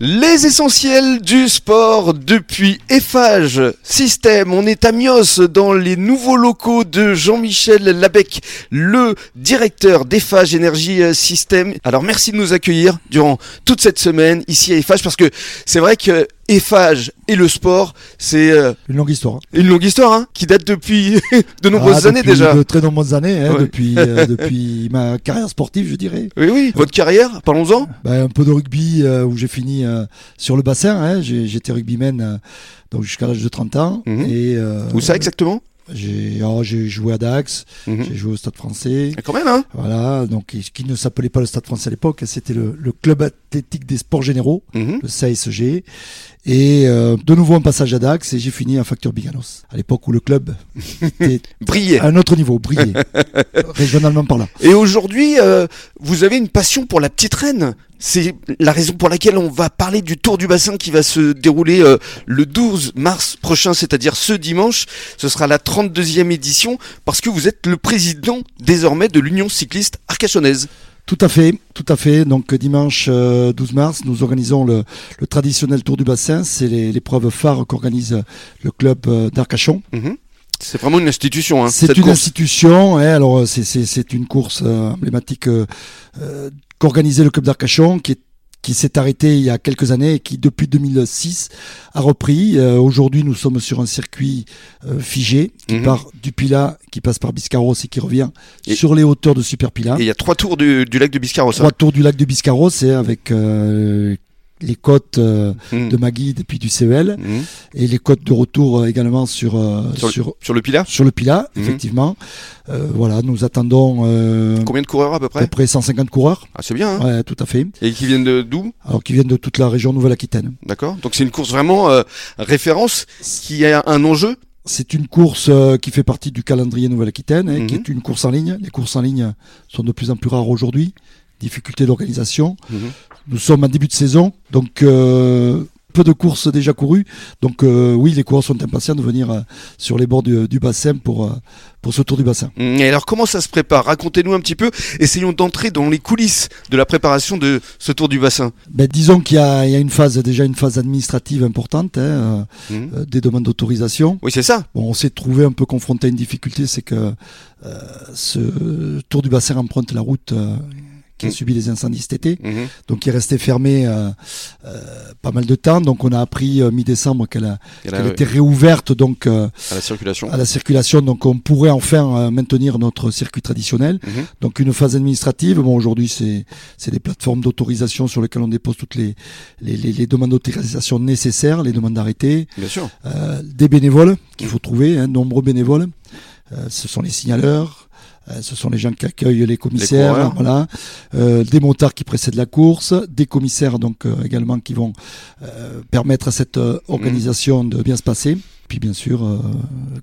Les essentiels du sport depuis Eiffage Système. On est à Mios dans les nouveaux locaux de Jean-Michel Labec, le directeur d'Eiffage Énergie euh, Système. Alors merci de nous accueillir durant toute cette semaine ici à Eiffage parce que c'est vrai que Eiffage et le sport, c'est euh, Une longue histoire. une longue histoire hein, qui date depuis de nombreuses Ah, années depuis déjà. De très nombreuses années, hein, Ouais. depuis, euh, depuis ma carrière sportive, je dirais. Oui, oui. Votre carrière, parlons-en. Ben, un peu de rugby euh, où j'ai fini euh, sur le bassin. hein. J'ai- J'étais rugbyman euh, donc jusqu'à l'âge de 30 ans. Mhm. Et, euh, Où ça exactement J'ai oh, j'ai joué à Dax, Mhm. j'ai joué au Stade français. Quand même, hein Voilà, donc ce qui ne s'appelait pas le Stade français à l'époque, c'était le, le Club athlétique des sports généraux, Mhm. le CASG. Et euh, de nouveau un passage à Dax et j'ai fini à Facture Biganos. À l'époque où le club était Briller. à un autre niveau, briller, régionalement par là. Et aujourd'hui, euh, vous avez une passion pour la petite reine. C'est la raison pour laquelle on va parler du Tour du Bassin qui va se dérouler euh, le 12 mars prochain, c'est-à-dire ce dimanche. Ce sera la 32e édition parce que vous êtes le président désormais de l'Union cycliste arcachonnaise. Tout à fait, tout à fait. Donc dimanche euh, 12 mars, nous organisons le, le traditionnel Tour du Bassin. C'est les- l'épreuve phare qu'organise le club euh, d'Arcachon. Mhm. C'est vraiment une institution, hein, c'est cette une course. institution. hein, alors euh, c'est- c'est c'est une course euh, emblématique euh, euh, qu'organisait le club d'Arcachon, qui est qui s'est arrêté il y a quelques années et qui depuis 2006 a repris. Euh, Aujourd'hui, nous sommes sur un circuit euh, figé qui Mhm. part du Pilat, qui passe par Biscarros et qui revient Et- sur les hauteurs de Super Pilat. Et il y a trois tours du, du lac de Biscarrosse. hein. Trois tours du lac de Biscarros, c'est avec euh, les côtes euh, Mhm. de Magui depuis du CEL Mhm. et les côtes de retour euh, également sur euh, Sur sur, le- sur, Sur le Pilat, le Pilat, Mhm. effectivement. Euh, voilà, nous attendons euh, combien de coureurs à peu à peu près près 150 coureurs. Ah, c'est bien. hein. Ouais, tout à fait. Et qui viennent de- d'où Alors qui viennent de toute la région Nouvelle-Aquitaine. D'accord. Donc c'est une course vraiment euh, référence qui a un enjeu. C'est une course euh, qui fait partie du calendrier Nouvelle-Aquitaine, hein, qui Mhm. est une course en ligne. Les courses en ligne sont de plus en plus rares aujourd'hui. Difficulté d'organisation. Nous sommes en début de saison, donc euh, peu de courses déjà courues. Donc euh, oui, les coureurs sont impatients de venir euh, sur les bords du, du bassin pour, euh, pour ce tour du bassin. Mm, Et alors comment ça se prépare Racontez-nous un petit peu. Essayons d'entrer dans les coulisses de la préparation de ce tour du bassin. Ben, disons qu'il y, a il y a une phase déjà une phase administrative importante, hein, euh, Mhm. euh, des demandes d'autorisation. Oui, c'est ça. Bon, on s'est trouvé un peu confronté à une difficulté, c'est que euh, ce tour du bassin emprunte la route. euh, qui a Mhm. subi les incendies cet été, Mhm. donc qui est restée fermée euh, euh, pas mal de temps. Donc on a appris euh, mi-décembre qu'elle a- Et là, qu'elle euh, était réouverte, donc euh, à la circulation. à la circulation. Donc on pourrait enfin euh, maintenir notre circuit traditionnel. Mhm. Donc une phase administrative. Bon aujourd'hui c'est c'est des plateformes d'autorisation sur lesquelles on dépose toutes les les, les, les demandes d'autorisation nécessaires, les demandes d'arrêté, Bien sûr. euh, des bénévoles qu'il faut trouver, hein, nombreux bénévoles. Euh, ce sont les signaleurs. euh, Ce sont les gens qui accueillent les commissaires, coureurs. voilà, Euh, des montards qui précèdent la course, des commissaires donc euh, également qui vont euh, permettre à cette euh, organisation de bien se passer. Puis bien sûr, euh,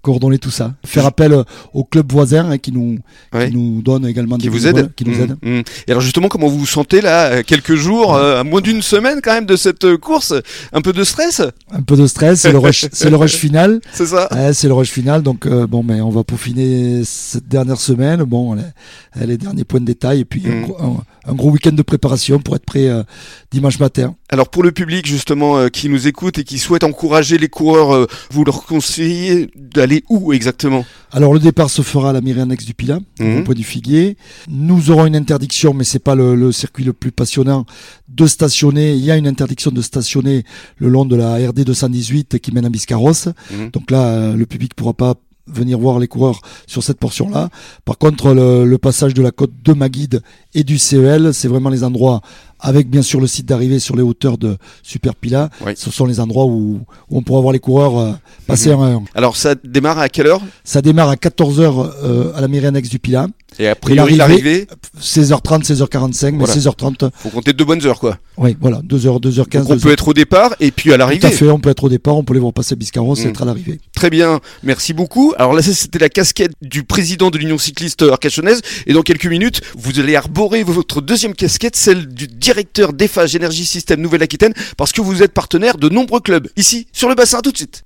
coordonner tout ça. Faire appel euh, aux clubs voisins hein, qui nous Ouais. qui nous donnent également Qui des vous bénévoles, aide qui nous Mhm. aident. Mhm. Et alors justement, comment vous vous sentez là, euh, quelques jours, euh, à moins d'une semaine quand même de cette euh, course Un peu de stress Un peu de stress, c'est le rush, c'est le rush final, C'est ça Ouais, Eh, c'est le rush final. Donc euh, bon, mais on va peaufiner cette dernière semaine. Bon, les, les derniers points de détail et puis un Mhm. gros- un, un gros week-end de préparation pour être prêt euh, dimanche matin. Alors pour le public justement euh, qui nous écoute et qui souhaite encourager les coureurs, euh, vous leur conseillez d'aller où exactement Alors le départ se fera à la mairie annexe du Pilat, Mhm. au Point du Figuier. Nous aurons une interdiction, mais c'est pas le, le circuit le plus passionnant de stationner. Il y a une interdiction de stationner le long de la RD 218 qui mène à Biscarrosse. Mhm. Donc là, euh, le public pourra pas venir voir les coureurs sur cette portion-là. Par contre, le, le passage de la côte de Maguide et du CEL, c'est vraiment les endroits avec bien sûr le site d'arrivée sur les hauteurs de Super Pila. Oui. Ce sont les endroits où, où on pourra voir les coureurs euh, passer Mhm. un à un. Alors ça démarre à quelle heure Ça démarre à 14h euh, à la mairie annexe du Pilat. Et a priori l'arrivée, l'arrivée- 16h30, 16h45, mais Voilà. 16h30. faut compter deux bonnes heures quoi. Oui, voilà, 2h, 2h15. Donc on peut être au départ et puis à Tout à l'arrivée. fait, on peut être au départ, on peut les voir passer à Biscarros Mm. et être à l'arrivée. Très bien, merci beaucoup. Alors là, ça, c'était la casquette du président de l'Union cycliste arcachonnaise. Et dans quelques minutes, vous allez arborer votre deuxième casquette, celle du directeur d'EFAGE Énergie Système Nouvelle-Aquitaine, parce que vous êtes partenaire de nombreux clubs. Ici, sur le bassin, à tout de suite.